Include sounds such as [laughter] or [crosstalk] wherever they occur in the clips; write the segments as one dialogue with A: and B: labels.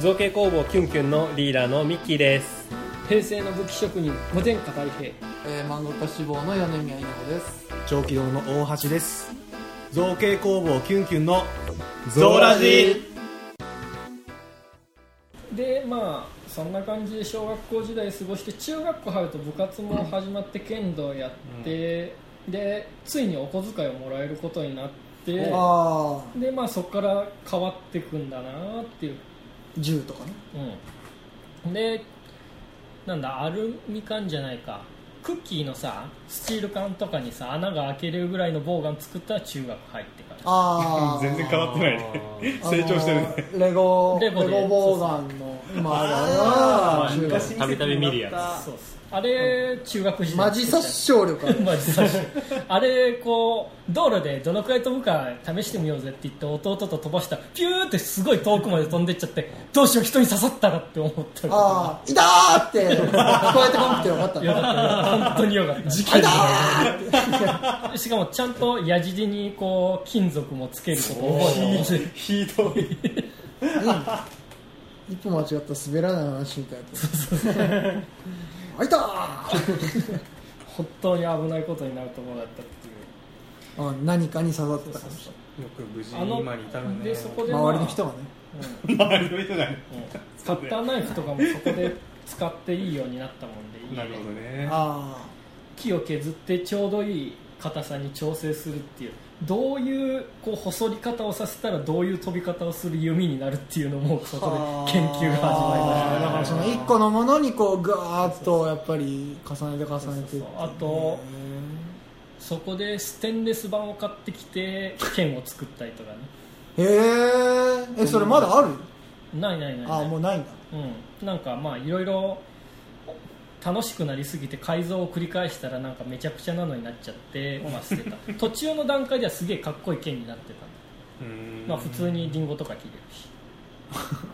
A: 造形工房キュンキュンのリーダーのミッキーです
B: 平成の武器職人御殿下大平
C: えー、漫画家志望の米宮稲穂です。
D: 長期堂の大橋です造形工房キュンキュンの、
A: ゾーラジ
B: でまあそんな感じで小学校時代過ごして中学校入ると部活も始まって剣道やって、でついにお小遣いをもらえることになって
C: あ
B: でまあそこから変わってくんだなっていう、
C: あ、銃とかね。
B: うん、でなんだアルミ缶じゃないかクッキーのさスチール缶とかにさ穴が開けるぐらいのボウガン作ったら中学入ってから
C: ああ
D: [laughs] 全然変わってないね成長してるね
C: あのー。レゴ、
B: レ
C: レ
B: ゴ
C: ゴ
B: で
C: ボーガンの、今
D: あ
C: あ
D: ー
C: るあるな銃
A: たびたび見るやつ
B: そうっすあれ中学時代
C: マジ殺傷力
B: [laughs]
C: ある。
B: マジ刺しあれこう道路でどのくらい飛ぶか試してみようぜって言って弟と飛ばしたらピューってすごい遠くまで飛んでっちゃってどうしよう人に刺さったらって思
D: [laughs]
B: ったよか
C: ああ、いたーって、聞こえてこなくてよかった
B: ったよ
C: な。
B: 本当によかった
C: あいたーって。
B: しかもちゃんと矢尻にこう金属もつけることを覚えた
D: ひどい
C: 一歩間違った滑らない話みたいな。
B: [laughs]
C: あいたー
B: 本当に危ないことになるところだったっていう
C: あ何かに刺さってたかもし
D: よく無事
B: あの
D: 今に至るね
B: でそこ
C: れ
B: で、
C: ない。
B: まあ
C: 周りの人がね。
D: [laughs] 周りの人がね
B: カッターナイフとかもそこで使っていいようになったもんでいい
D: なるほどね
C: あ
B: 木を削ってちょうどいい硬さに調整するっていうどういうこう細り方をさせたらどういう飛び方をする弓になるっていうのもそ
C: あ。
B: こで研究が始まりました
C: あーだからその一個のものにこう、ぐわーっとやっぱり重ねて重ねていって。
B: あとそこでステンレス板を買ってきて剣を作ったりとかね
C: へええそれまだある
B: ないないないない
C: あもうないんだ
B: うん、なんかまあいろいろ楽しくなりすぎて改造を繰り返したらなんかめちゃくちゃなのになっちゃって、まあ、捨てた途中の段階ではすげえかっこいい剣になってたんだ
D: うーん
B: まあ普通にリンゴとか切れるし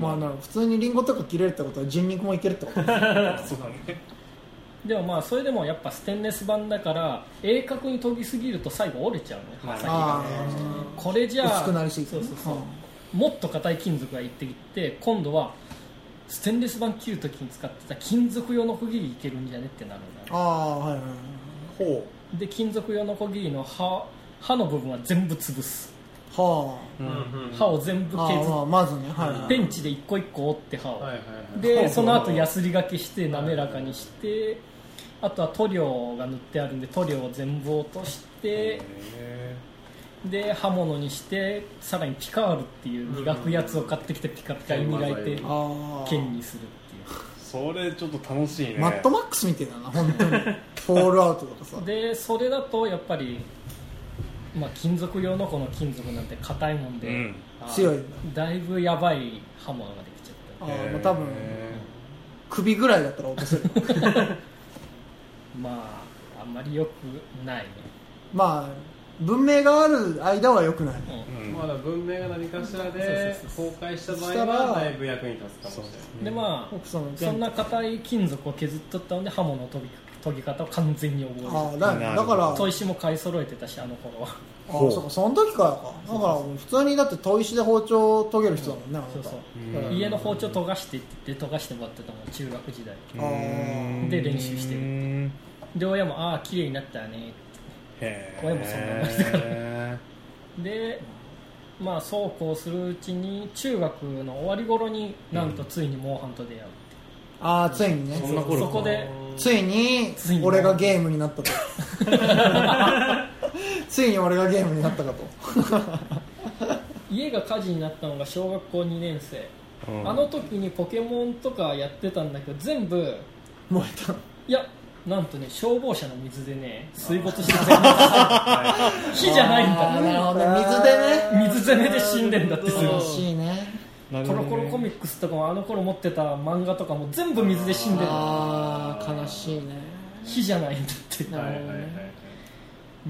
C: まあなるほど普通にリンゴとか切れるってことは人肉もいけるっ
B: [laughs]
C: てこと
D: そうだね
B: でもまあそれでもやっぱステンレス板だから鋭角に飛びすぎると最後折れちゃうのよ
D: まあ
B: 刃先
C: あ
B: が
C: あ
B: これじゃあ
C: 薄くなりすぎて
B: そうそうそう
C: うん
B: もっと硬い金属がいってきて今度はステンレス板切るときに使ってた金属用のこぎりいけるんじゃねってなるんだよね
C: ああはいはいはい
D: ほ
B: で金属用のこぎりの刃刃の部分は全部潰す
C: は
D: ううんうん
B: 刃を全部
C: ああ
B: 削
C: ー、まあ、まずねはい
B: っ
C: はい
B: ペンチで一個一個折って刃
D: は
B: を、
D: いはいはい
B: でその後ヤスリがけして滑らかにしてあとは塗料が塗ってあるんで塗料を全部落として
D: へ
B: で刃物にしてさらにピカールっていう磨くやつを買ってきてピカピカに磨いて
C: ああ
B: 剣にするって
D: ーそれちょっと楽しいね
C: マットマックスみたいだな本
B: [laughs]
C: 当にフォールアウトとかさ
B: いうでそれだとやっぱり、まあ、金属用のこの金属なんて硬いもんで、
D: うん
C: 強いんだ
B: だいぶやばい刃物ができちゃった
C: あ
D: へ
C: ー
D: ー
C: もう多分首ぐらいだったら落とせる
B: まああんまり良くない、
C: まあ文明がある間はよくない
B: うん
D: うん
E: まだ文明が何かしらで崩壊した場
C: した
E: 合
C: ら
E: はだいぶ役に立つか
D: そう
E: もしれない
B: でまあ
C: 奥さんの
B: そんな硬い金属を削っとったので刃物の研ぎ研ぎ方を完全に覚え
C: あ
B: て
C: あだよねだから
B: た砥石も買い揃えてたしあの頃は
C: ああそうかその時からかだから普通にだって砥石で包丁を研げる人だもんねあなた
B: そうそううん家の包丁研がしてって言って研がしてもらってたもん中学時代
C: あー
B: で練習してる
D: うーん
B: で親もああ綺麗になったよね
D: へえ
B: 声もそんなになってでまあそうこうするうちに中学の終わり頃になんとついにモンハンと出会う、
C: ああついにね
D: そんな頃か
B: そこで
C: ついに
B: ついに
C: 俺がゲームにな [laughs] ったとついに俺がゲームになったかと
B: 家が火事になったのが小学校2年生、
D: うん
B: あの時にポケモンとかやってたんだけど全部
C: 燃え [laughs] た
B: いやなんとね消防車の水でね水没して全滅する火じゃないん
C: あーなる
B: だ
C: ほどね水でね
B: 水攻めで死んでんだってすごい
C: 楽しいね
D: [laughs] なる
B: コ
D: ほどね
B: ロコロコミックスとかもあの頃持ってた漫画とかも全部水で死んでる
C: ああ悲しいね
B: 火じゃないんだって
C: なるほどね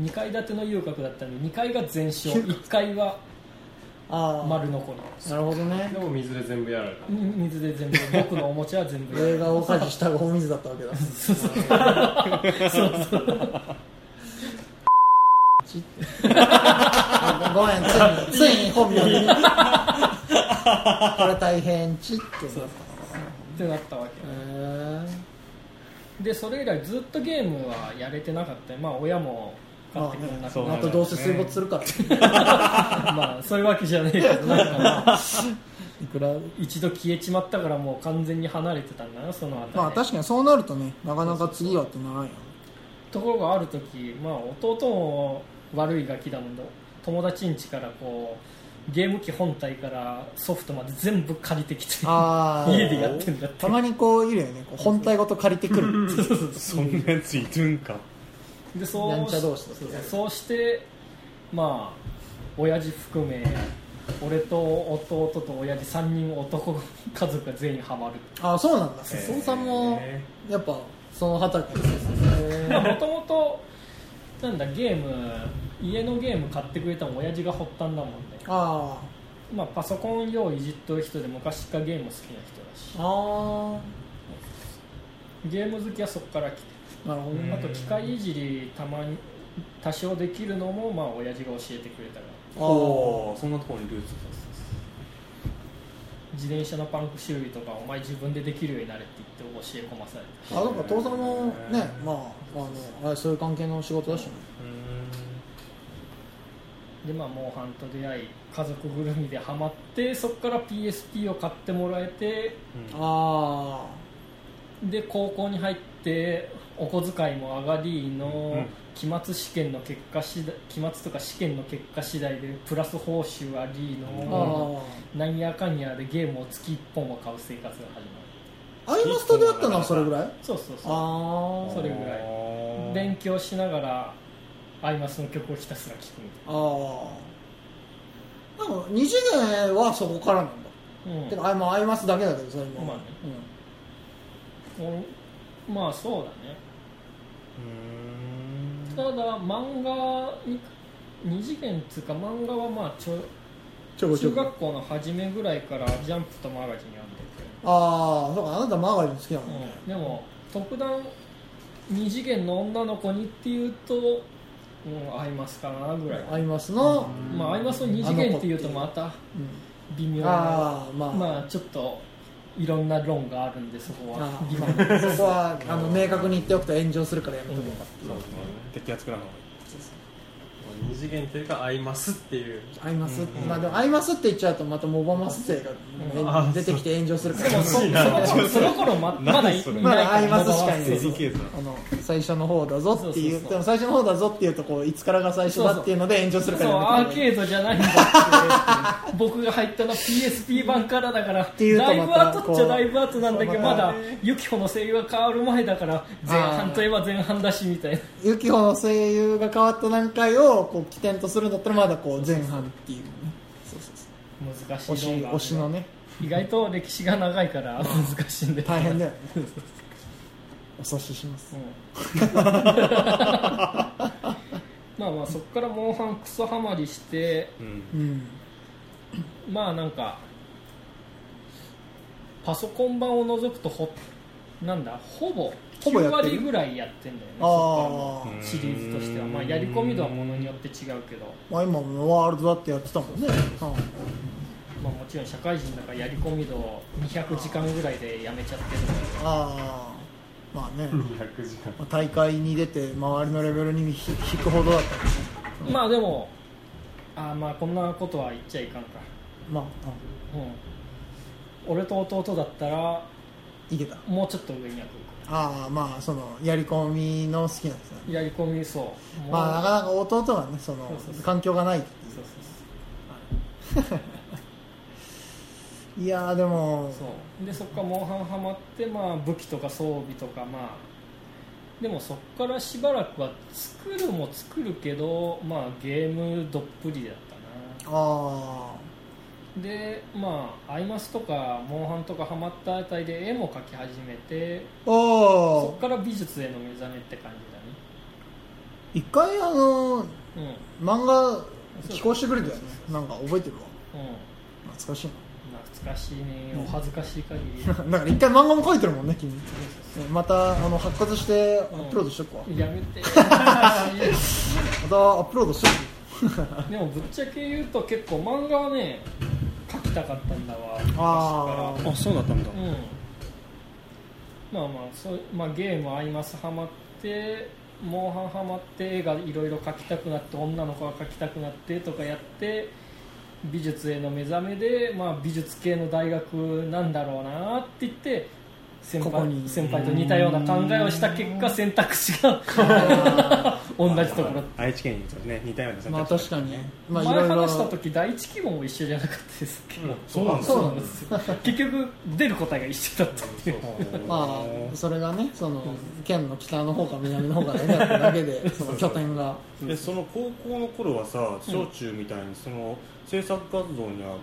B: 2階建ての遊郭だったんで2階が全焼1階は
C: ああ
B: 丸残り
C: なるほどね
E: でも水で全部やられた
B: 水で全部僕のおもちゃは全部
C: 俺が大火事したがお水だったわけだそうそうごめんついについに本名でこれ大変ちってなったのか
B: っ
C: な
B: てなったわけ
C: へ
B: でそれ以来ずっとゲームはやれてなかったよまあ親も買ってくれなく
A: そう
C: ー
A: な
C: あ
A: んだよ
C: と
A: ね
C: どうせ水没するか
B: [laughs]
C: ら
B: まあそういうわけじゃねえけどなんかまあ
C: いくら
B: 一度消えちまったからもう完全に離れてたんだなその辺り、
C: まあ確かにそうなるとねなかなか次はってならんよね
B: ところがある時、まあ、弟も悪いガキだもんで友達ん家からこうゲーム機本体からソフトまで全部借りてきて
C: ああ
B: [laughs] 家でやってんだって
C: たまにこういるよねこう本体ごと借りてくる
A: そんなやついるんか
B: [laughs] でそう
C: やんちゃ同士だ
B: そうそうしてまあ親父含め俺と弟と親父3人男家族が全員ハマる
C: ああそうなんだそうさんもやっぱその畑
B: もともとなんだゲーム家のゲーム買ってくれたの親父が発端だもんね、
C: あ
B: まあ、パソコン用いじっとる人で昔からゲーム好きな人
C: あ
B: だし
C: あ
B: ゲーム好きはそこから来て
C: あなるほどね
B: あと機械いじりたまに多少できるのもまあ親父が教えてくれたから
C: あ
E: おおそんなところにルーツ
B: 自転車のパンク修理とかお前自分でできるようになれって言って教え込まされたし
C: あなんか父さんもねまああのあそういう関係の仕事だしね
B: でまあモンハンと出会い家族ぐるみでハマってそこから PSP を買ってもらえて
C: あ
B: で高校に入ってお小遣いも上がりの期末試験の結果次第期末とか試験の結果次第でプラス報酬あり
C: あ
B: の
C: あ
B: なんやかんやでゲームを月1本は買う生活が始まる
C: あアイマスタであったのはそれぐらい
B: そうそうそう
C: ああ
B: それぐらい勉強しながらアイマスの曲をひたすら聴くみ
C: ああなんか20年はそこからなんだ、
B: たいな、うん
C: てかあまあアイマスだけだけどそれも、
B: まあねおまあそうだねただ漫画に二次元っつうか漫画はまあちょ
C: ちょこちょ
B: 中
C: こ
B: 学校の初めぐらいからジャンプとマガジン読んで
C: ああそうかあなたマーガリン好きだもん
B: て、
C: ね、
B: うん、でも特段二次元の女の子にっていうと、うん、アイマスかなぐらい、
C: アイマスの、
B: まあアイマスの二次元っていうとまた
C: うん
B: 微妙な
C: ああまあ、
B: まあちょっといろんな論があるんでそこは
C: あーまあそこはあの明確に言っておくと炎上するからやめとこうかっていう、
A: 敵は作らんほう
E: 二次元というか合いますっていう
C: アイマス、まあでもアイマスって言っちゃうとまたモバマス生が
E: あー
C: 出てきて炎上するか
B: で
C: ら
B: もそその頃その頃ままだい
A: それ
B: い
C: ま
B: ない
C: だア
B: から
C: イマスしかいない
D: 整理経済
C: あの最初の方だぞってい
B: そうそう
C: う
B: そう
C: でも最初の方だぞっていうとこういつからが最初だっていうので炎上するか
B: そう
C: ら
B: ア
C: や
B: ー
C: めて
B: ケードじゃないんだって僕が入ったのは PSP 版からだから
C: ていうとま
B: ラ
C: た
B: イブアートっちゃ
C: こう
B: ライブアートなんだけど
C: そうま
B: ま
C: た
B: だユキホの声優が変わる前だから前半といえば前半だしみたいな
C: ユキホの声優が変わった段階をこう起点とするんだったらまだこう前半っていうねそうそうそ
B: 難し
C: う推
B: い論
C: し
B: がある
C: 推しのね
B: 意外と歴史が長いから難しいんで
C: 大変だよねお察しします
B: うん [laughs] まあまあそこからモンハンクソハマりして
C: うん
B: まあなんかパソコン版を除くとほなんだほぼ
C: ほぼや
B: 9
C: ってる
B: 割ぐらいやってんだよね
C: あ
B: そっ
C: あ
B: からシリーズとしては、まあ、やり込み度はものによって違うけど、
C: まあ今もワールドだってやってたもんねう
B: まあ、もちろん社会人だからやり込み度200時間ぐらいでやめちゃってる
C: んああまあね
E: 200時間
C: まあ大会に出て周りのレベルにひ引くほどだったから
B: まあでもあーまあこんなことは言っちゃいかんか、
C: まあ
B: うん、俺と弟だったら
C: うんいけた
B: もうちょっと上には来
C: ああまあそのやり込みの好きなんですね
B: るやり込みそうもう
C: まあなかなか弟がねその
B: そうそうそう
C: 環境がないって
B: そうそうそう
C: いういやーでも
B: そうでそこからモンハンハマって、まあ、武器とか装備とかまあでもそこからしばらくは作るも作るけど、まあ、ゲームどっぷりだった
C: あ
B: なでまあアイマスとかモンハンとかハマったあたりで絵も描き始めて
C: あ
B: そ
C: お
B: こから美術への目覚めって感じ
C: 一回あの
B: だね
C: 漫画寄稿してくれたよねなんか覚えてるわ
B: うんうん
C: 懐かしい
B: 懐かしいねお恥ずかしい限り
C: な [laughs] だから一回漫画も書いてるもんね君またあの発掘してアップロードしとくわ
B: やめて
C: またアップロードしとく
B: でもぶっちゃけ言うと結構漫画はね書ききたかったんだわ
C: あ
A: あそうだったんだ
B: うんまあまあそう、まあ、ゲームアイマスハマってモンハンハマって絵がいろいろ描きたくなって女の子が描きたくなってとかやって美術への目覚めで、まあ、美術系の大学なんだろうなって言って先輩
C: ここに
B: 先輩と似たような考えをした結果選択肢が同じところ
A: 愛知県にとね似たよう
B: [laughs]
A: な選択肢
C: まあ確かにねまあ
B: 前
C: いろいろ
B: 話した時第一希望も一緒じゃなかったですっけ、
A: うんそうなんだ
C: そう
B: なんですよ結局出る答えが一緒だったっていう
C: まあそれがねその県の北の方か南の方かだけだっただ
B: [laughs]
C: けでその拠点が
A: でその高校の頃はさ小中みたいにその制作活動には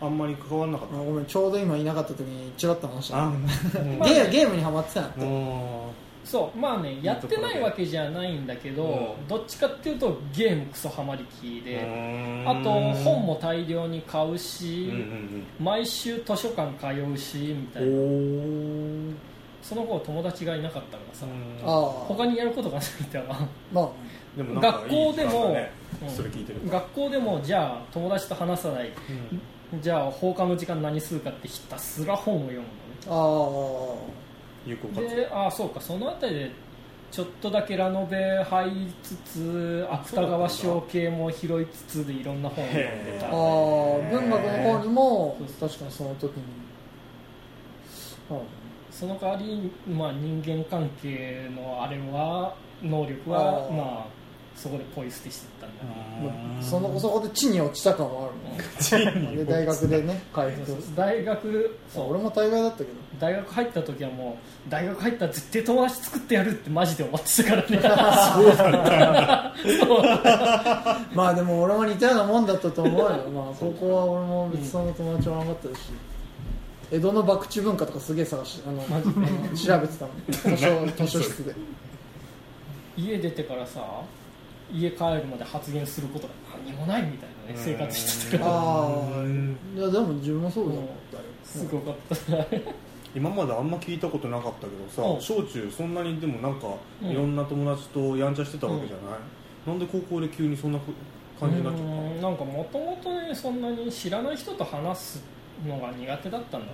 A: あんまり関わらなかっ
C: あごめんちょうど今いなかった時にチラッと話したた
A: あ
B: まあ
C: ゲーゲームにハマってたんやって
A: も
B: そうまあねやってないわけじゃないんだけど、
A: うん
B: どっちかっていうとゲームクソハマりき
A: う
B: で、
A: ーん
B: あと本も大量に買う
A: うん
B: し、
A: うん
B: 毎週図書館通うしみた
A: う
B: いなんその頃友達がいなかったからさ、
A: うん
C: ああ
B: 他にやることがないんだ
A: [laughs]
B: わ
C: まあ
A: でもなんかいい時間だね
B: 学校でもうん
A: それ聞いてる
B: 学校でもじゃあ友達と話さない
A: うん
B: じゃあ放課の時間何するかってひたすら本を読む
C: ああ
A: 有効活
B: の
A: 用
B: ねでああそうかそのあたりでちょっとだけラノベ入りつつ芥川賞系も拾いつつでいろんな本を読んで
A: へ
B: た
C: ああ
A: ー
C: 文学の方にも
B: そう
C: 確かにその時にあ
B: その代わり、まあ、人間関係のあれは能力は
C: あー
B: まあそこでポイ捨てしてったんだね
C: あまあそのそこで地に落ちた感はあるねで大学でね回
B: そう
C: 復
B: そう大学
C: そ
B: そ
C: う
B: う
C: 俺も大概だったけど
B: 大学入った時はもう大学入ったら絶対友達作ってやるってマジで思ってた
C: [laughs]
B: からね
C: まあでも俺も似たようなもんだった
B: [laughs]
C: と思うよまあ高校は俺も別荘の友達はなかったですし、江戸の博打文化とかすげえ探してあの
B: マジで
C: 調べてたの図書
B: [laughs]
C: 図書室で
B: 家出てからさ家帰るまで発言することが何もないみたいなね生活してたか
C: ああいやでも自分もそうだよ、
B: らすごかったな
A: 今まであんま聞いたことなかったけどさ、
B: うん
A: 小中そんなにでもなんか、
B: うん
A: いろんな友達とやんちゃしてたわけじゃない、なんで高校で急にそんなこ感じになっちゃったの
B: うんなんかもともとねそんなに知らない人と話すのが苦手だったんだ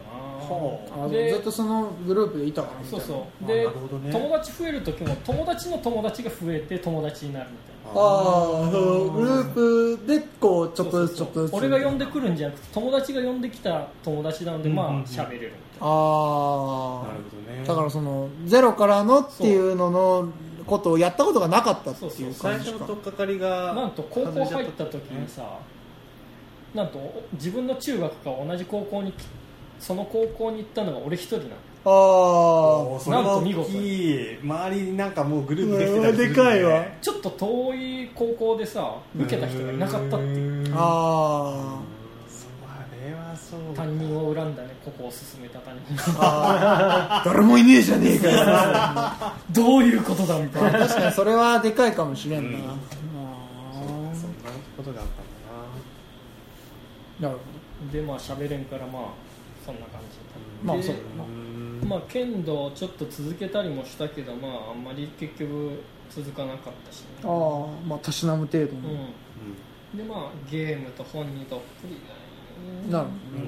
A: は
B: な
C: あ
B: で
C: ずっとそのグループでいたからみ
B: そ
C: たいうな
B: そう
A: あ
B: で
A: なるほどね
B: 友達増える時も友達の友達が増えて友達になるみたいな
C: ああそうグループでこうちょっとずつち
B: そ
C: ょ
B: う
C: っ
B: そうそ
C: とずつ
B: う俺が呼んでくるんじゃなくて友達が呼んできた友達なのでま
A: うんうんう
B: あ
A: ん
B: 喋れるみたい
C: あ
A: なる
C: あ
A: ほどね
C: だからそのゼロからのっていうののことをやったことがなかったっていう
A: 最
C: 感じ
A: 初
C: か
A: の取っかかりが
B: ななんと高校入った時にさなんと自分の中学が同じ高校に来その高校に行ったのが俺一人なの
C: ああ
A: おーそれは大きい周りになんかもうグループできてたり
C: うわ
A: するんだね
C: でかいわ
B: ちょっと遠い高校でさ受けた人がいなかったっていう
A: うーん
C: あ
A: そうあれはそうか
B: 担任を恨んだねここを進めた担任
C: あ誰もいねえじゃねえかよ
B: どういうことだみたいな
C: 確かにそれはでかいかもしれんな、
A: うん
C: ああ
A: そんなことがあったんだな
C: なるほ
B: でまあ喋れんからまあそんな感
C: どまあ
B: で
C: そうだ
A: うー
B: じ
A: ん
B: まあ剣道ちょっと続けたりもしたけどまああんまり結局続かなかったしね
C: なああまあたしなむ程度
B: う
C: に、
B: んでまあゲームと本にどっぷりだね
C: なるほ
A: うん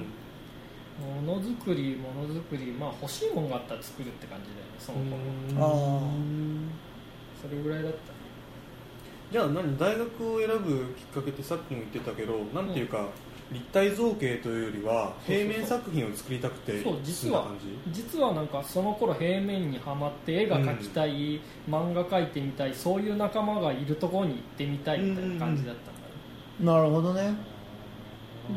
A: うん
B: ものづくりものづくりまあ欲しいもんがあったら作るって感じだよねその頃
A: うーん
C: ど、あ
B: それぐらいだったね
A: じゃあ何大学を選ぶきっかけってさっきも言ってたけどなんていうか、立体造形というよりは
B: そうそうそう
A: 平面作品を作りたくて
B: そう実は
A: 進んだ感じ
B: 実はなんかその頃平面にはまって絵が描きたい、漫画描いてみたいそういう仲間がいるところに行ってみたいみたいな感じだったんだね、
C: あなるほどね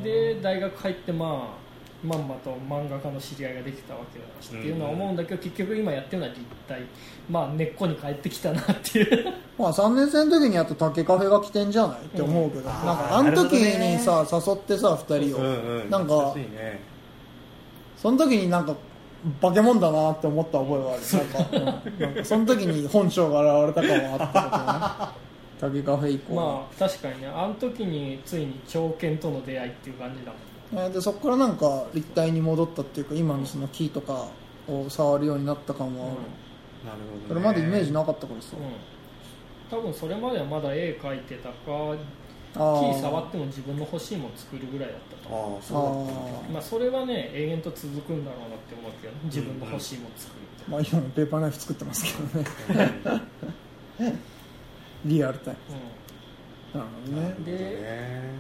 B: で大学入ってまあまんまと漫画家の知り合いができたわけだし、っていうのは思うんだけど結局今やってるのは立体まあ根っこに帰ってきたなっていう
C: まあ3年生の時にやった竹カフェが起点じゃないって思うけど、なんかあの時にさ、誘ってさ2人を、
A: うんうん
C: なんか
A: 懐しいね
C: その時になんか化け物だなって思った覚えがあるなんか,、うん、なんかその時に本性が現れた感はあったけど [laughs] ね竹カフェ以
B: [laughs]
C: 降、
B: まあ確かにねあの時についに長剣との出会いっていう感じだもん
C: えーでそこからなんか立体に戻ったっていうか今のその木とかを触るようになった感はある、
A: なるほど、ね、
C: それまでイメージなかったからさ、
B: うん、多分それまではまだ絵描いてたか
C: あ
B: キ
C: ー
B: ー触っても自分の欲しいもの作るぐらいだったと
A: ああ
C: あ
A: そうだった
C: ー
B: まあ、それはね永遠と続くんだろうなって思うけどね自分の欲しいもの作るって、
C: まあ今もペーパーナイフ作ってますけどね
A: [laughs]
C: リアルタイムなるほどね
B: うん
A: そうだ
B: で
A: ね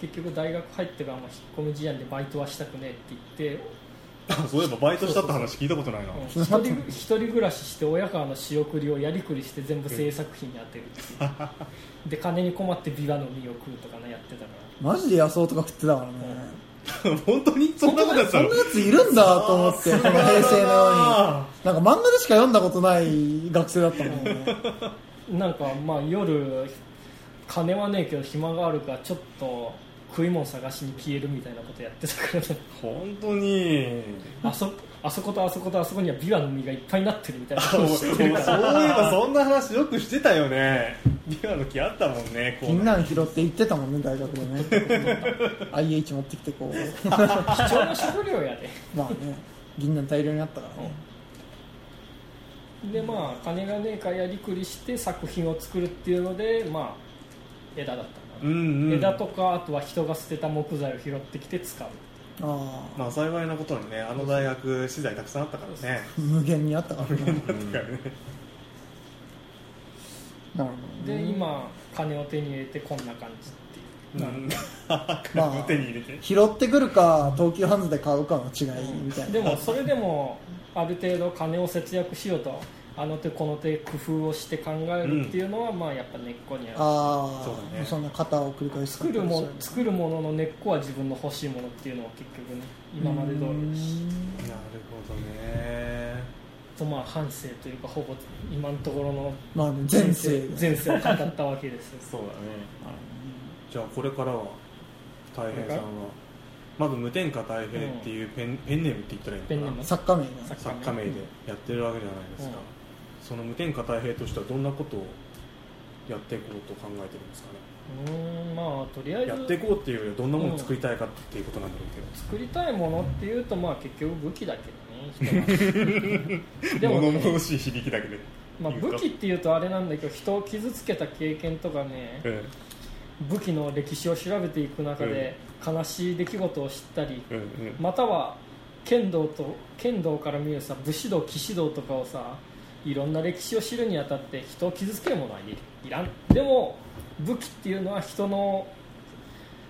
B: 結局大学入ってからも引っ込み思案でバイトはしたくねえって
A: あそういえばバイトしたって話聞いたことないな
B: 言って、うん、一人一人暮らしして親からの仕送りをやりくりして全部制作費に当てるっていう、で金に困ってビワの実を食うとかねやってたか
C: マジで野草とか食ってたからね
A: [laughs] 本当にそんなことやっ
C: そ
A: てた
C: んな
A: の
C: やついるんだと思ってこの平成のように
A: あ
C: なんか漫画でしか読んだことない学生だったもんね
B: らなんかまあ夜金はねえけど暇があるからちょっと食い物探しに消えるみたいなことやってたからね
A: ー本当に
B: あそあそことあそことあそこにはビワの実がいっぱいになってるみた [laughs] いな
A: あ
B: 話
A: もうもう
B: し
A: そうい
B: て
A: え
B: るから
A: [laughs] ばそんな話よくしてたよねビワの木あったもんねこう
C: みんなの拾って行ってたもんね大学で
A: [laughs]
C: ね IH 持ってきてこう
B: 貴重な食料やで
C: まあね銀杏大量にあったからね
B: でまあ金がねえからやりくりして作品を作るっていうのでまあ枝だったのか
A: う
B: な、
A: んうん
B: 枝とかあとは人が捨てた木材を拾ってきて使う
C: ああ
A: まあ幸いなことにねあの大学資材たくさんあったからね
C: 無限にあったからね
A: だからね
C: なるほど
B: で、
C: ね
B: 今金を手に入れてこんな感じっていう
A: [laughs] うん
C: まあ
A: 手に入れて
C: 拾ってくるか東急ハンズで買うかの違いみたいな
B: でもそれでもある程度金を節約しようとあの手この手工夫をして考えるっていうのは、まあやっぱ根っこにある
C: ああ
A: そうだね
C: そんな型を繰り返す
B: 作るも作るものの根っこは自分の欲しいものっていうのを結局ね今まで通りです
C: り
A: なるほどね
B: とまあ反省というかほぼ今のところの
C: まあね前世
B: 前世を語ったわけですよ
A: そうだねじゃあこれからはたい平さんはまず無添加たい平っていうペン,、ペンネームって言ったらいいのか
B: ペ
A: な
B: ンネーム
C: 作家名が
B: 作
A: 作家名でやってるわけじゃないですか、
B: うん
A: その無添加太平としてはどんなことをやっていこうと考えてるんですかね、
B: うーんまあとりあえ
A: やってい
B: ず
A: こうっていうよりはどんなものを作りたいかっていうことなんだろうけど、
B: 作りたいものっていうとまあ結局武器だけ
A: [laughs]
B: どね人がでも、
A: 物々
B: ね
A: しい響きだけで、
B: まあ、武器っていうとあれなんだけど人を傷つけた経験とかね
A: うん
B: 武器の歴史を調べていく中で悲しい出来事を知ったり
A: うんうん、
B: または剣道と剣道から見るさ武士道騎士道とかをさいろんな歴史を知るにあたって人を傷つけるものはいいらんでも武器っていうのは人の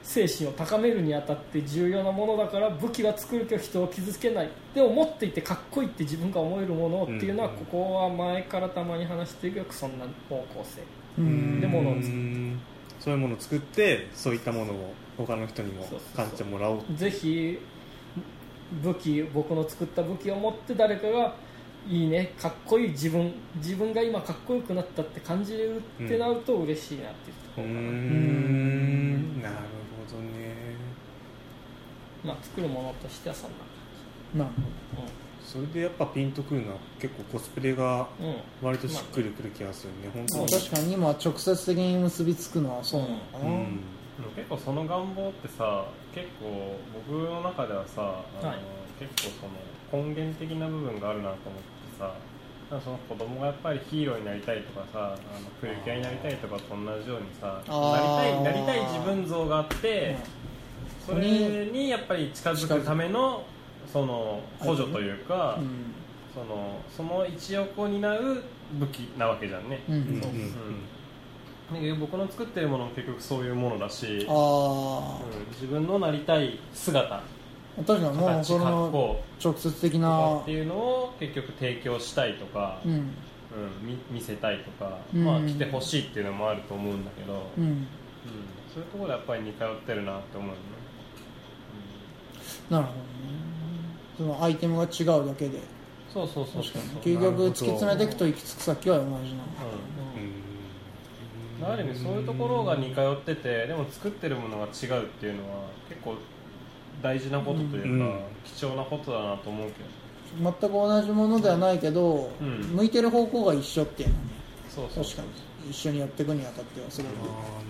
B: 精神を高めるにあたって重要なものだから武器は作るけど人を傷つけないでも持っていてかっこいいって自分が思えるものっていうのは、
A: うん
B: ここは前からたまに話していくよそんな方向性
C: う
B: で
C: ん
B: 物を作っ
A: うんそういうものを作ってそういったものを他の人にも
B: そうそうそう
A: 感じてもらおう
B: ぜひ武器僕の作った武器を持って誰かがいいねかっこいい自分自分が今かっこよくなったって感じれるってなると嬉しいなっていうとこ
A: うー
B: ろかな、
A: んなるほどね
B: まあ、作るものとしてはそんな
C: なるほ
B: 感
A: それでやっぱピンとくるのは結構コスプレが
B: じ、うんうん
A: 割としっくりくる気がするね本
C: どまあ
A: 当に
C: 確かに今直接的に結びつくのはそうなのかな、
A: うん
E: 結構その願望ってさ結構僕の中ではさあの、
B: はい
E: 結構その根源的な部分があるなと思ってさなんかその子供がやっぱりヒーローになりたいとかさあのプリキュアになりたいとかと同じようにさ
C: あ
E: なりた
C: ー
E: いなりたい自分像があって、それにやっぱり近づくためのその補助というか、
C: うん
E: そのその一翼を担う武器なわけじゃんね、
C: うん
A: うん
C: あ
E: うんなんか僕の作ってるものも結局そういうものだし、うん
C: あ
E: 自分のなりたい姿
C: 確かにもう
E: 形
C: そ
E: 格
C: の
E: 好
C: 直接的
E: とか
C: な
E: っていうのを結局提供したいとか、
C: う
E: うん
C: ん
E: み見せたいとか、
C: うん
E: まあ、来てほしいっていうのもあると思うんだけど、う
C: う
E: ん
C: ん
E: そういうところでやっぱり似通ってるなって思うよね、
C: なるほどねそのアイテムが違うだけ
E: う
C: で
E: んそうそうそう
C: 確
E: そ
C: か
E: う
C: に
E: そう
C: 究極突き詰めていくと行き着く先は同じなのか
E: うん
A: うん
E: ある意味そういうところが似通っててでも作ってるものが違うっていうのは結構大事なことというか、
A: うん
E: 貴重なことだなと思うけど
C: 全く同じものではないけど、
E: うん
C: 向いてる方向が一緒っていうのはね
E: そうそう
C: 確かに一緒にやっていくにあたってはす
A: あ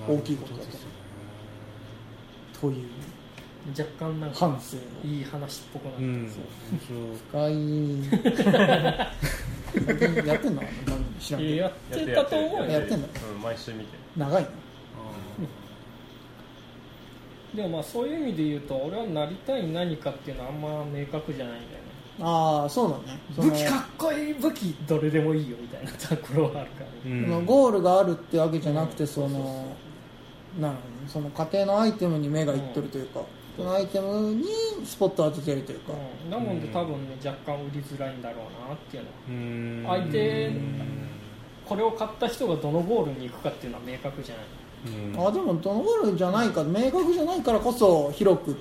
C: ご
A: ー
C: く大きいことだ
A: なるほどですね
C: と、という
B: 若干なんか
C: 反
E: [laughs]
C: [laughs] 省を
B: いい話っぽくなっ
A: う
B: て
A: ん
B: ますよ、
C: 深いやってんの番組知らん
B: い
C: け
B: や
C: ど
B: やってたと思うよ
C: やってんの
E: うん、毎週見て
C: 長いな
B: でもまあそういう意味で言うと俺はなりたい何かっていうのはあんま明確じゃないんだよね
C: ああそうだねその
B: 武器かっこいい武器どれでもいいよみたいなところはあるから、
A: う
B: ね
C: そ
A: ん
C: のゴールがあるってわけじゃなくて、
B: うん
C: そのなるほどねその家庭のアイテムに目がいってるというか、そのアイテムにスポットを当ててるというか、
B: うん、なもんで多分ね若干売りづらいんだろうなっていうのは
A: うん
B: 相手
A: うん
B: これを買った人がどのゴールに行くかっていうのは明確じゃない
A: うん
C: あでもどのゴールじゃないか明確じゃないからこそ広く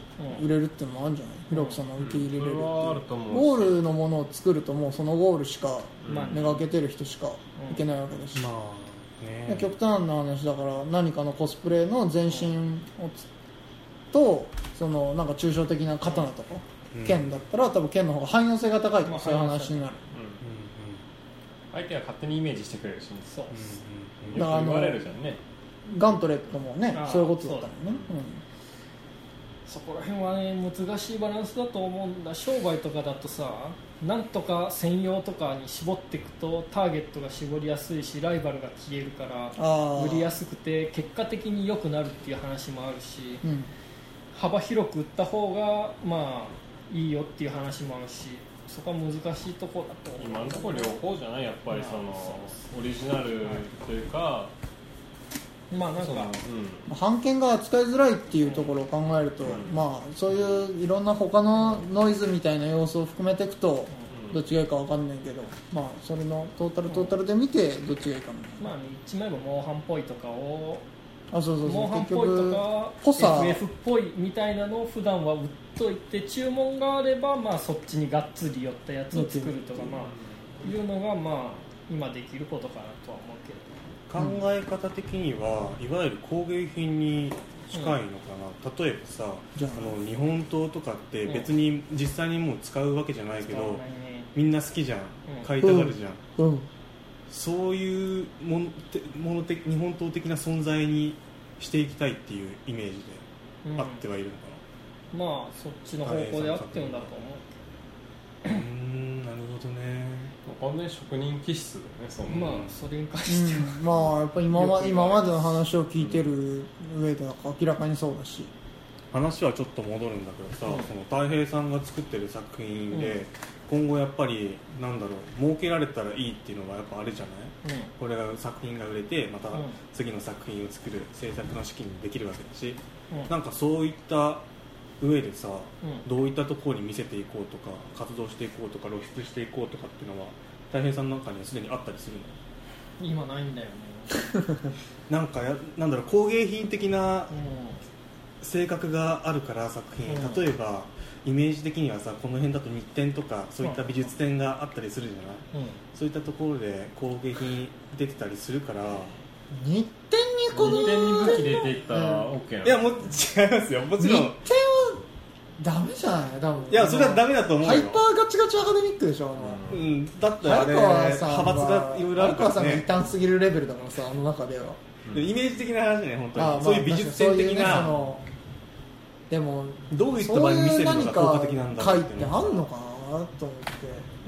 C: 売れるっていうのもあるんじゃない、広くその受け入れれるっていう、
E: それはあると思う
C: ゴールのものを作るともうそのゴールしか
B: まあね
C: 目がけてる人しかいけないわけだし、
A: まあね
C: 極端な話だから何かのコスプレの全身をつとそのなんか抽象的な刀とか、
A: うん
C: 剣だったら多分剣の方が汎用性が高いと
B: まあ
C: かそういう話になる、
E: うん
A: う
E: 相手は勝手にイメージしてくれるしね
B: そう、
A: ん
E: よく言われるじゃんね
C: ガントレットもね
B: ああ
C: そういうことだったもんね
B: そこら辺はね難しいバランスだと思うんだ商売とかだとさなんとか専用とかに絞っていくとターゲットが絞りやすいしライバルが消えるから
C: ああ
B: 売りやすくて結果的に良くなるっていう話もあるし
C: うん
B: 幅広く売った方がまあいいよっていう話もあるしそこは難しいとこだと思う
E: 今のところ両方じゃないやっぱりそ
B: まあそ
E: の
B: うで
E: オリジナルというか
B: まあなん
E: そ
B: か
E: のうん
C: 版権が扱いづらいっていうところを考えると、
E: うん
C: まあそういういろんな他のノイズみたいな要素を含めていくと
E: う
C: ど
E: ん
C: っちがいいかわかんないけどまあそれのトータルトータルで見てどっちがいいかみたいな
B: まあね言っちまえばモンハンっぽいとかを
C: あそうそうそ
B: モン
C: う
B: ハンっ
C: 結
B: ぽい
C: 局
B: と
C: 濃さ
B: か FF っぽいみたいなのを普段は売っといて注文があればまあそっちにがっつり寄ったやつを作るとかまあいうのがまあ今できることかなとは思うけど
A: 考え方的にはいわゆる工芸品に近いのかな、例えばさ
C: じゃあ
A: あの日本刀とかって別に実際にもう使うわけじゃないけ
B: 使わ
A: ど
B: ないね
A: みんな好きじゃん
B: ん
A: 買いたがるじゃん、
C: うん
A: そういうものてものて日本刀的な存在にしていきたいっていうイメージ
B: うん
A: であってはいるのか
B: まあそっちの方向であってるんだと思う
A: な、うーんなるほどね
E: 完全に職人気質だよねその
B: まあそれに関しては、
C: うんまあやっぱ今
B: よく
C: ま
B: ない
C: 今までの話を聞いてる上では明らかにそうだし
A: 話はちょっと戻るんだけどさ、
B: うん
A: その太平さんが作ってる作品で、
B: うん
A: 今後やっぱりなんだろう儲けられたらいいっていうのはやっぱあるじゃないこれが作品が売れてまた
B: うん
A: 次の作品を作る制作の資金にできるわけだし、
B: うんうん
A: なんかそういった上でさ、
B: うん
A: どういったところに見せていこうとか活動していこうとか露出していこうとかっていうのはたい平さんなんかにはすでにあったりするの
B: 今ないんだよね、
A: なんかやなんだろう工芸品的な
B: う
A: 性格があるから作品、
B: うん
A: 例えばイメージ的にはさこの辺だと日展とかそういった美術展があったりするじゃない、
B: んうん、
A: そういったところで工芸品出てたりするから
C: 日展にこの
E: 二点に武器出ていったら
C: う
E: OK
A: いやもう違いますよも
C: 日
A: ち
C: 展
A: ろん
C: はダメじゃない多分
A: いやそれはダメだと思うよ
C: ハイパーガチガチアカデミックでしょあの
A: うん、だってあ
C: 早
A: れ
C: 川さんは
A: 派閥がいろいろあるから
C: 早川さんが
A: ね
C: 異端すぎるレベルだからさあの中では
A: でイメージ的な話ね本当に、
C: ああまあ
A: そういう美術
C: 確か
A: 展的
C: にそういうねそ
A: な、
C: のでも
A: どういった
C: そ
A: 場
C: う
A: 合に見せ
C: い
A: る
C: う
A: の
C: 何
A: が
C: か
A: 効果的なんだろ
C: 会
A: う
C: っ
A: って
C: て
A: い
C: あ
A: う
C: る
A: の
C: のかなと思って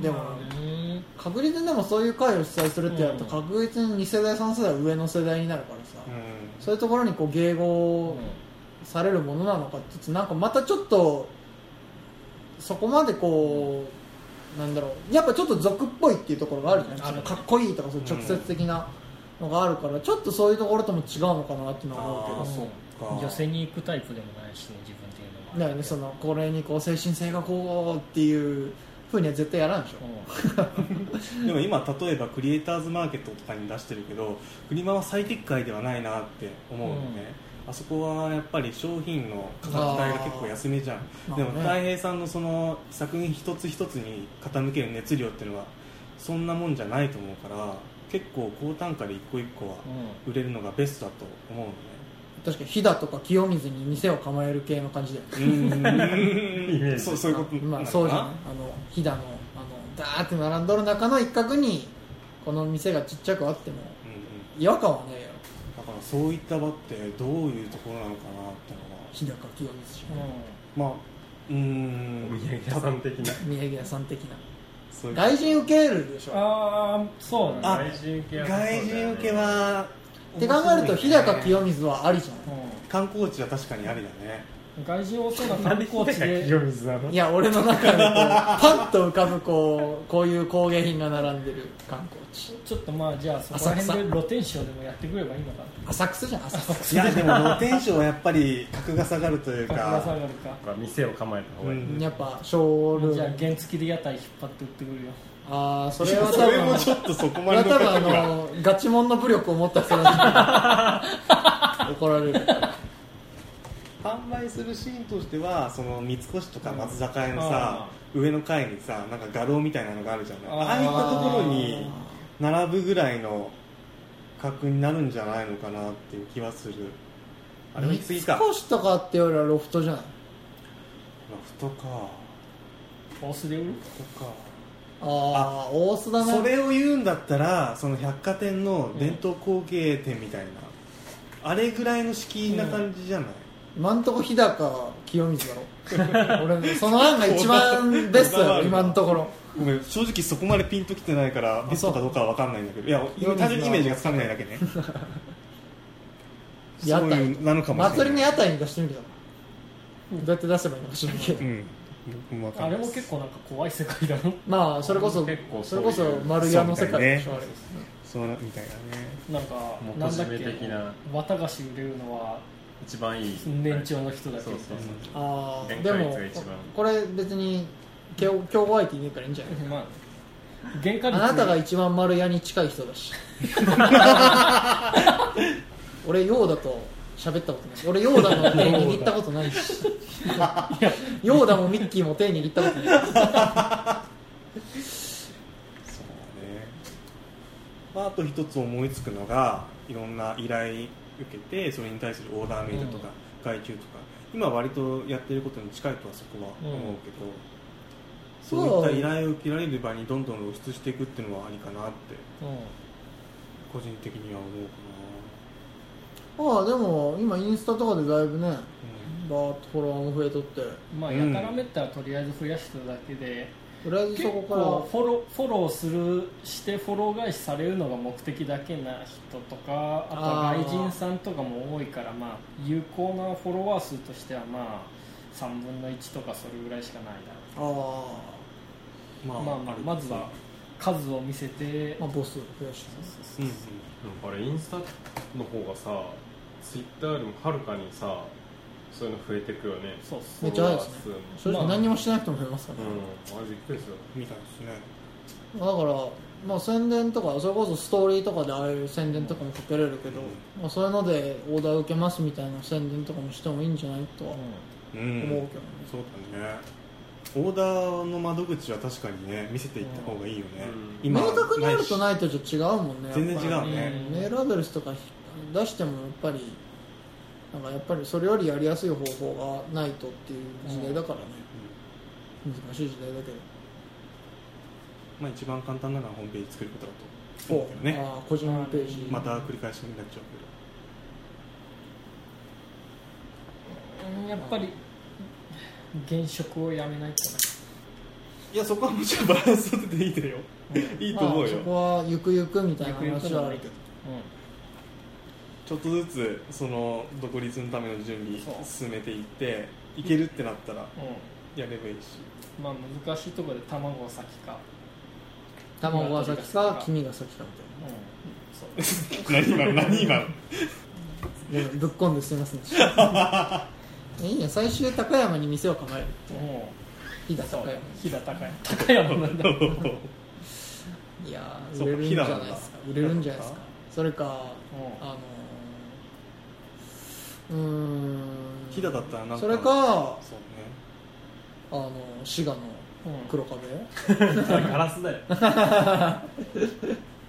C: でも、
B: まあね
C: 確実にでもそういう会を主催するってやると
B: うん
C: 確実に2世代3世代上の世代になるからさ、
A: うん
C: そういうところにこう迎合されるものなのかって言ってなんかまたちょっとそこまでこうなんだろうやっぱちょっと俗っぽいっていうところがあるじゃない
B: ある
C: ですかかっこいいとかそう直接的なのがあるからちょっとそういうところとも違うのかなっていうのは思うけど
A: あそっか
B: 寄せに行くタイプでもないしね自分っていうのは
C: だよねそのこれにこう精神性がこうっていうふうには絶対やらんでしょ、
B: う
A: でも今例えばクリエイターズマーケットとかに出してるけどフリマは最適解ではないなって思うのね、あそこはやっぱり商品の価格帯が結構安めじゃん、
C: あー
A: でも
C: まあね
A: 大平さんのその作品一つ一つに傾ける熱量っていうのはそんなもんじゃないと思うから結構高単価で一個一個は
B: んうん
A: 売れるのがベストだと思うのね
C: 確かに飛騨とか清水に店を構える系の感じだよね
A: う [laughs] ーん
E: ジ
A: そうそういうことなのか
C: ま
A: な
C: あそうじゃないあの飛騨のあのダーって並んどる中の一角にこの店がちっちゃくあっても
A: うんうん
C: 違和感はねえよ
A: だからそういった場ってどういうところなのかなってのは
C: 日高清水市
A: まあうーん
E: お土産屋さん的な
C: 宮城屋さん的な
A: そういう
C: 外人受け入れるでしょ
B: ああそうだね
A: あ
E: 外人受けは
A: 外人受けは
C: って考えると日
A: 面白いね
C: 高清水はありじゃん
B: う
A: 観光地は確かにありだね
B: 外人多そうな観光地で
E: 清水なの
C: いや俺の中でこうパッと浮かぶこうこういう工芸品が並んでる観光地
B: ちょっとまあじゃあそこら辺で露天商でもやってくればいいのか
C: 浅草じゃん浅草
A: いやでも露天商はやっぱり格が下がるという
B: な格が下
A: か
B: がるか
E: 店を構えた方がいい、
A: うん
C: やっぱショール
B: じゃあ
C: ーム
B: 原付で屋台引っ張って売ってくるよ
C: ああそ
A: そ
C: れ
A: れ
C: は多
A: も
C: 分
A: ちょっとそこ
C: こ
A: ま
C: れ
A: で
C: は
A: の
C: 多分あ
A: 額が
C: のガチモンの武力を持った人だから怒られる
A: 販売するシーンとしてはその三越とか松坂屋のさ、上の階にさなんか画廊みたいなのがあるじゃない
B: あー
A: ああいったところに並ぶぐらいの格になるんじゃないのかなっていう気はするあれは次か
C: 三越とかってよりはロフトじゃない
A: ロフトか
B: コースで売る
A: ロフトか
C: ああ大須だね
A: それを言うんだったらその百貨店の伝統工芸店みたいな、あれぐらいの敷居な感じじゃない、
C: 今んとこ日高清水だろ [laughs] 俺その案が一番ベストやろ今んところ
A: ごめん正直そこまでピンときてないからベストかどうかは分かんないんだけどいや
C: そう
A: 単純にイメージがつかめないだけ [laughs] ね
C: 屋
A: そうい
C: 台
A: うなのかもしれない
C: 祭りの屋台に出してみるだろどうやって出せばいいのか知らんけど
A: うん僕も分か
B: あ
A: んな
B: れ
A: い
B: も結構なんか怖い世界だろ
C: まあそれこそ
E: 結構
C: そ
E: そう
C: れ
E: い
C: こ
E: う
C: そ丸屋の世界でしょ、
A: そう
C: あれ
A: そうみたいなね
B: なんか
E: もう
B: なんだっ
E: 個人名
B: け
E: 的な
B: 綿菓子売れるのは
E: 一番いい
B: 年長の人だけ
E: そうそうそう
C: ああ
E: 展
C: で
E: 開率
C: も
E: が一番
C: これ別に競競合相手いねえからいいんじゃない
B: [laughs] まあ原価
C: あ
B: 率
C: なたが一番丸屋に近い人だし俺ヨーダと喋ったことない俺ヨーダの手握ったことないしヨーダもミッキーも手握ったことない
A: そうだね、まあ、あと一つ思いつくのがいろんな依頼受けてそれに対するオーダーメイドとか外注とか、今割とやってることに近いとはそこは思うけど、そういった依頼を受けられる場にどんどん露出していくっていうのはありかなって
B: う
A: 個人的には思うか
C: ああでも今インスタとかでだいぶね
A: な、
C: バーッとフォロワーも増えとって
B: んまあやからめったらとりあえず増やしただけで、
C: とりあえず
B: 結
C: そ
B: 構
C: こ
B: フ
C: から
B: ォローフォローするしてフォロー返しされるのが目的だけな人とかあとは
C: あー
B: 外人さんとかも多いからまあ有効なフォロワー数としてはまあ3分の1とかそれぐらいしかないだろう
C: あ
A: ま
B: まあまあまずは数を見せて
C: あまあボス増やしてね
A: うんうん
E: うんあれインスタの方がさツイッターよりもはるかにさそういうの増えてくよね
B: そうっす
C: めっちゃ早いですね
E: フォロワー数
C: 正
E: も
C: 直何にもしなくても増えますから、
E: うんあれびっくりする
A: みたいですね
C: だから、まあ、宣伝とかそれこそストーリーとかでああいう宣伝とかもかけれるけど、
A: う
C: まあ、そういうのでオーダー受けますみたいな宣伝とかもしてもいいんじゃないとは思う
A: う
C: けどね、
A: んそうだねオーダーの窓口は確かにね見せていった方がいいよね、
E: うん
A: 今
C: 明確にあると
A: い
C: ないとじゃ違うもんね
A: し全然違
C: やっぱ
A: うね、
C: りメールアドレスとか出してもやっぱりなんかやっぱりそれよりやりやすい方法がないとっていう時代だからね、難しい時代だけど
A: まあ、一番簡単なのはホームページ作ることだと思うけどね
C: ああ個人ページ
A: また繰り返しになっちゃうけど
B: うんやっぱり現職をやめないとない
A: やそこはもちろんバランス取ってていいだよいいと思
C: ま
A: うよ
C: あそこはゆくゆくみたいな
B: ゆくゆ
C: 話
B: く
C: は
B: の
C: あ
B: ね
C: るけど
A: ちょっとずつその独立のための準備進めていっていけるってなったら
B: うん、うん
A: やればいいし
B: まあ難しいところで卵が先か、
C: 卵が先か黄身が先かみたいな
B: うん、そう
A: [laughs] 何今の何今の
C: ごめんぶっこんですいませんでした
A: [laughs]
C: いいや最終高山に店を構える
B: も
C: 飛騨
B: うそう
C: 高山
B: 飛騨高山高山なんだ
C: いやー
A: そう
C: 売
A: か
C: れるんじゃないですか
A: 飛騨なんだ
C: 売れるんじゃないですか
A: 飛騨
C: それか
B: う
C: あのー、うーん
A: [laughs] 飛騨だったらなんか
C: それか
A: そうね
C: あの滋賀の
B: ん
C: 黒壁、
E: ガラスだよ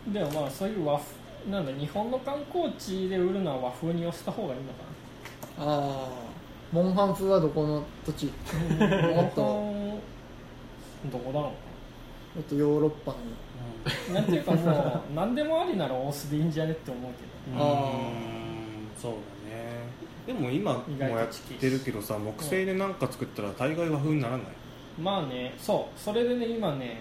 B: うん、でもまあそういう和風なんだ日本の観光地で売るのは和風に寄せた方がいいのか
C: ああモンハン風はどこの土地
B: な
C: もっ
B: [laughs]
C: と
B: 本当どこだろ
C: もっとヨーロッパの
B: うななんていうかもう何でもありなら大須でいいんじゃねって思うけ
A: うん
C: あ
A: そうだねでも今も
B: 意
A: う
B: 外と
A: やってるけどさ木製で何か作ったら大概和風にならない
B: どまあねそうそれでね今ね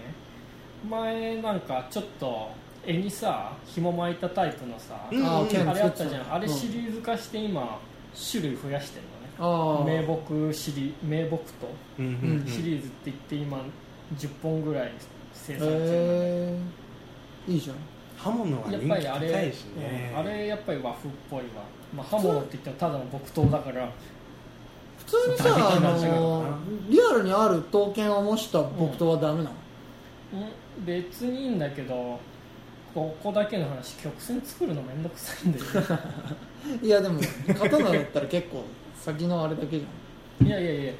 B: 前なんかちょっと絵にさ紐巻いたタイプのさ
A: うん
C: ああ
A: うん
C: 剣
B: あれあっ
C: 作って
B: たじゃんあれシ
C: うん
B: リーズ化して今種類増やしてるのね
C: ああ
B: 名木シリ名木と
A: うんうん
C: うん
B: シリーズって言って今10本ぐらい生産中なんだけど
C: へえいいじゃん
A: 刃物は
B: やっ
A: 人
B: ぱ
A: 気
B: りあ
A: 高
B: れ、
A: いしね
B: うんあれやっぱり和風っぽいわ、まあ、刃物って言ったらただの木刀だから
C: 普通に
B: 打
C: さあ
B: 撃なんじゃないかな
C: のリアルにある刀剣を模した木刀はダメなの、
B: うん別にいいんだけどここだけの話曲線作るのめんどくさいんだよね
C: いやでも刀だったら結構先のあれだけじゃん
B: いやいやいや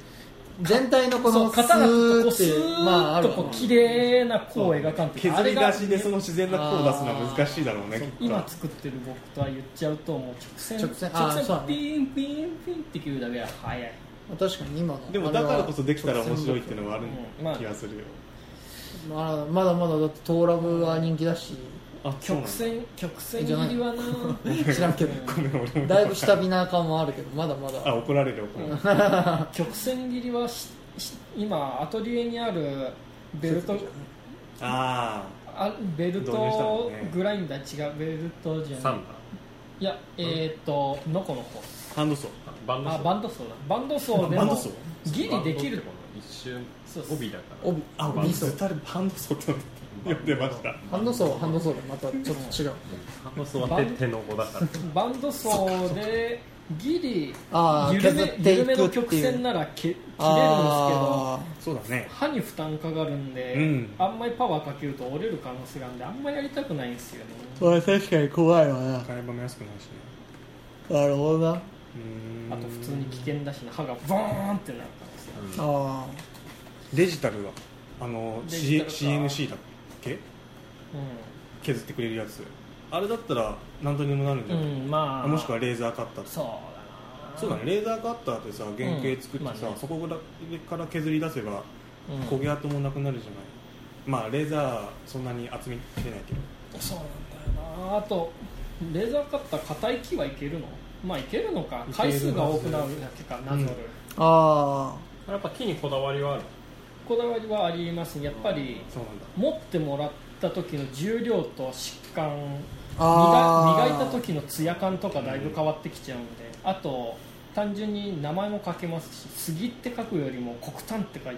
C: 全体のこ
B: そう
C: の
B: 刀ってこう
C: ス
B: ス
C: ー
B: ー
C: ってまああ
B: ッ
C: る
B: と
C: わ
B: こう綺麗な弧を描かんと
A: 削
B: あれ
A: り出しでその
B: が
A: 自然な弧を出すのは難しいだろうね
C: あ
A: き
C: ー
A: っと
B: 今作ってる僕とは言っちゃうともう直線
C: 直線あーそうだね
B: ピーンピーンピーンって切るだけは早い、
C: 確かに今の
A: でもだからこそできたら面白いっていうのはある
B: うんまあ
A: 気がするよ
C: まあまだまだだってトーラブは人気だし
A: あそうなん
B: 曲
A: だ
B: 線曲線切りはな
C: 知らんけ
A: ごめん俺
C: ど
A: も
C: だいぶ下火な感もあるけどまだま
A: [laughs] あ
C: だ
A: 怒られる怒られる
B: [laughs]
C: [laughs]
B: 曲線切りはしし今アトリエにあるベルト
A: あ
B: あベル
A: 導入したも
B: ト
A: んね
B: グラインダー違うベルトじゃ
E: サ
B: ない
E: ンダー
B: いやえっ、とノコノコ
A: あハンドソー
E: あバンドソ
B: あ
E: ー
B: バンドソーだバンドソーで
A: バンド
B: も
A: ソー
B: ギリでき
E: バンドっ
B: る
E: てこの一瞬
B: そうそう
E: 帯だから
C: 帯
A: あ
C: 帯そう
A: ずたりハンドソーって呼んでました
C: ハンドソーはハンドソーでまたちょっと違う
E: バンドソーは手手の子だから
B: バンドソーでギリ
C: ああ
B: 緩め
C: 削っていく
B: 緩めの
C: って
B: 曲
C: いう
B: 線ならけ切れるんですけど
C: あ
A: そうだね
B: 歯に負担かかるんで、
A: うん
B: あんまりパワーかけると折れる可能性があるんであんまりやりたくないんですよね
C: ーこれ確かに怖いわな
A: 買い場も安くないしね
C: なるほどな
A: うーん
B: あと普通に危険だしね歯がボーンってなる可能性ある
C: あ
A: デジタルはあの
B: デジ
A: C
B: タルか
A: CNC だっけ削ってくれるやつあれだったら何とにでもなるんじゃ
B: う
A: ない、
B: ん、うん、まあ
A: あもしくはレーザーカッターとか
B: そうだな
A: そうだねレーザーカッターってさ原型作ってさ、
B: うんまあね
A: そこから削り出せば
B: うん
A: 焦げ跡もなくなるじゃない、まあレーザーそんなに厚み出ないけど
B: そうなんだよなあとレーザーカッター硬い木はいけるのまあいけるのか
A: いけるはず
B: 回数が多くなるだけかな
A: う
B: ぞ
A: ん
B: る、
C: ああ
E: やっぱ木にこだわりはある
B: こだわりはありますやっぱり
A: そうなんだ
B: 持ってもらった時の重量と質感
C: ああ
B: 磨磨いた時のツヤ感とかだいぶ変わってきちゃうんで、あと単純に名前も書けますし杉って書くよりも黒炭って書い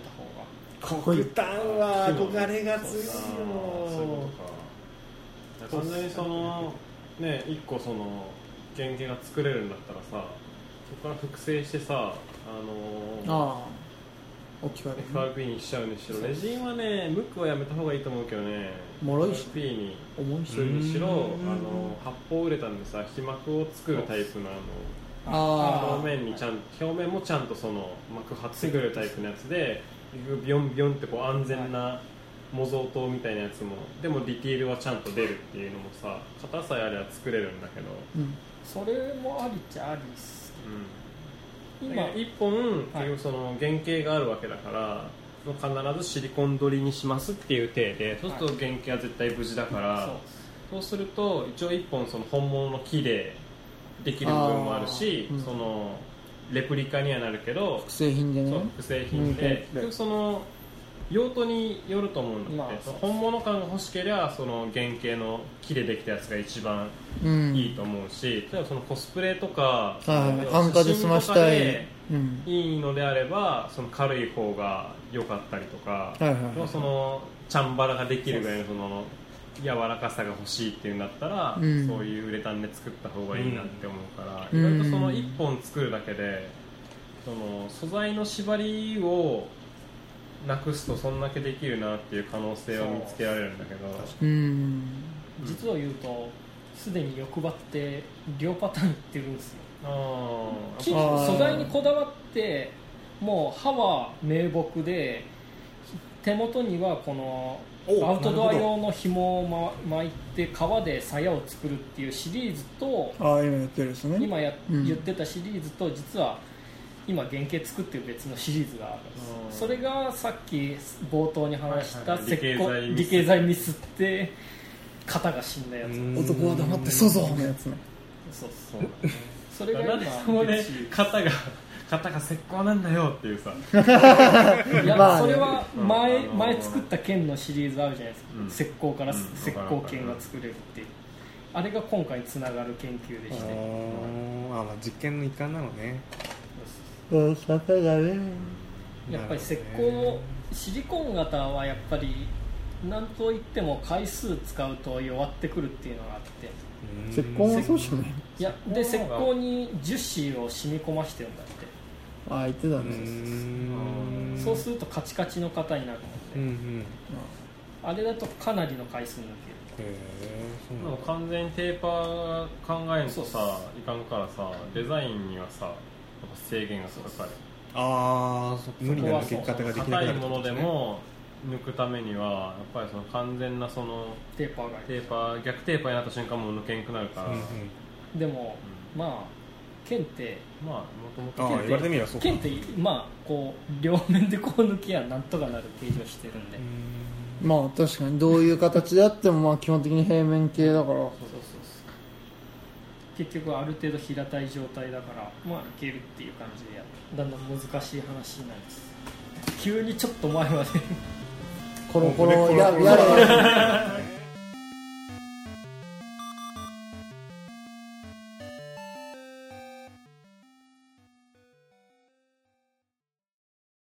B: た方が
A: 黒炭は憧れが強いよ
E: そういうことか完全にそのね一個その原型が作れるんだったらさそこから複製してさあの
C: ああ置き換える
E: FRP にしちゃうにしろレジンはねムックはやめた方がいいと思うけどね
C: 脆いし
E: FRP に
C: 重い
E: す
C: し
E: るにしろあ
A: うん
E: の発泡ウレタンでさ皮膜を作るタイプのあの
C: あー
E: 表面にちゃん表面もちゃんとその膜張ってくれるタイプのやつでビョンビョンってこう安全な模造刀みたいなやつもでもディティールはちゃんと出るっていうのもさ硬さえあれば作れるんだけど、
C: うん
B: それもありっちゃありっす
E: うん、
B: 今
E: だから一本結局その原型があるわけだから必ずシリコン取りにしますっていう体でそうすると原型は絶対無事だから、
B: そう
E: そうすると一応一本その本物の木でできる部分もあるし
C: あーうん
E: そのレプリカにはなるけど
C: 複、製品
E: そ
C: で
E: う
C: ね
E: 複製品
C: うん
E: で、結局その用途によると思うんだって、
B: まあ
E: その本物感が欲しければその原型の木でできたやつが一番
C: うん
E: いいと思うし、例えばそのコスプレとか
C: は
E: あ
C: い
E: の
C: ハンカで済まし
E: 写真と
C: た
E: か
C: い
E: で
C: うん
E: いいのであればその軽い方が良かったりとか、
C: はいはいはい
E: そのチャンバラができるぐらいのその柔らかさが欲しいっていうんだったら、
C: うん
E: そういうウレタンで作った方がいいなって思うから、
C: うん
E: 意外とその1本作るだけでその素材の縛りをなくすとそんだけできるなっていう可能性を見つけられるんだけど
C: うん
B: 実を言うとすでに欲張って両パターンいってるんですよ
E: あー
B: 木
C: あー
B: 素材にこだわってもう刃は名木で手元にはこの
A: お
B: アウトドア
A: なるほ
B: 用の紐をま巻いて革で鞘を作るっていうシリーズと
C: ああ今やってるんですね
B: 今や、
C: うん
B: 言ってたシリーズと実は今原型作ってる別のシリーズがあるんです
E: あー
B: それがさっき冒頭に話した
E: はいはい
B: 石
E: はい
B: 膏
E: 理
B: 理
E: 系
B: 系
E: 材
B: 材ミスって型が死んだやつ、
A: うん
C: 男は黙ってそうそうのやつね
B: そうそ
E: そ
B: う
E: うだ [laughs] ね
B: それが
E: なんでそ
B: 今
E: こで [laughs]
B: 別に
E: 肩が肩が石膏なんだよっていうさ
B: いや、
C: まあね
B: それは前,、
E: うん
B: 前作った剣のシリーズあるじゃないですか、
E: うん
B: 石膏から
E: うん
B: 石膏剣が作れるっていう、あれが今回につながる研究で
A: ど
B: し
A: あ
B: て
A: ーあまあ実験の一環なのね
B: そうそう
C: うん型がね
B: やっぱり石膏のシリコン型はやっぱりなんといっても回数使うと弱ってくるっていうのがあって
C: 石膏はそうしない
B: いやで石膏に樹脂を染み込ましてるんだって
C: ああ言ってた
A: う
C: ね
A: ん
B: そうするとカチカチの型になる
A: う
B: の
A: んう
B: で、
A: ん
B: あれだとかなりの回数抜ける
A: へえそう
E: で
A: なん
E: も
A: だ
E: 完全にテーパー考えん
B: そ
E: と
B: う
E: さいかんからさデザインにはさやっぱ制限がかかる
A: ああ無理な抜け方ができな
E: 硬
A: くないるって
E: も
A: こ
E: の
A: と
E: です
A: ね
E: も抜くためにはやっぱりその完全なその
B: テーパーが
E: テーパー逆テーパーになった瞬間もう抜けんくなるから、
A: うんうん
B: でも
E: う
B: まあ剣って
E: まあもとも
A: ああ
E: と
A: 言われてみればそうか
B: 剣ってまあこう両面でこう抜きやなんとかなる形状してるんで、
C: まあ確かにどういう形であってもまあ基本的に平面形だから
B: そうそうそう結局ある程度平たい状態だからまあいけるっていう感じでやるだんだん難しい話になります急にちょっと前まで
C: コロコロや
A: コロコロ
C: やれ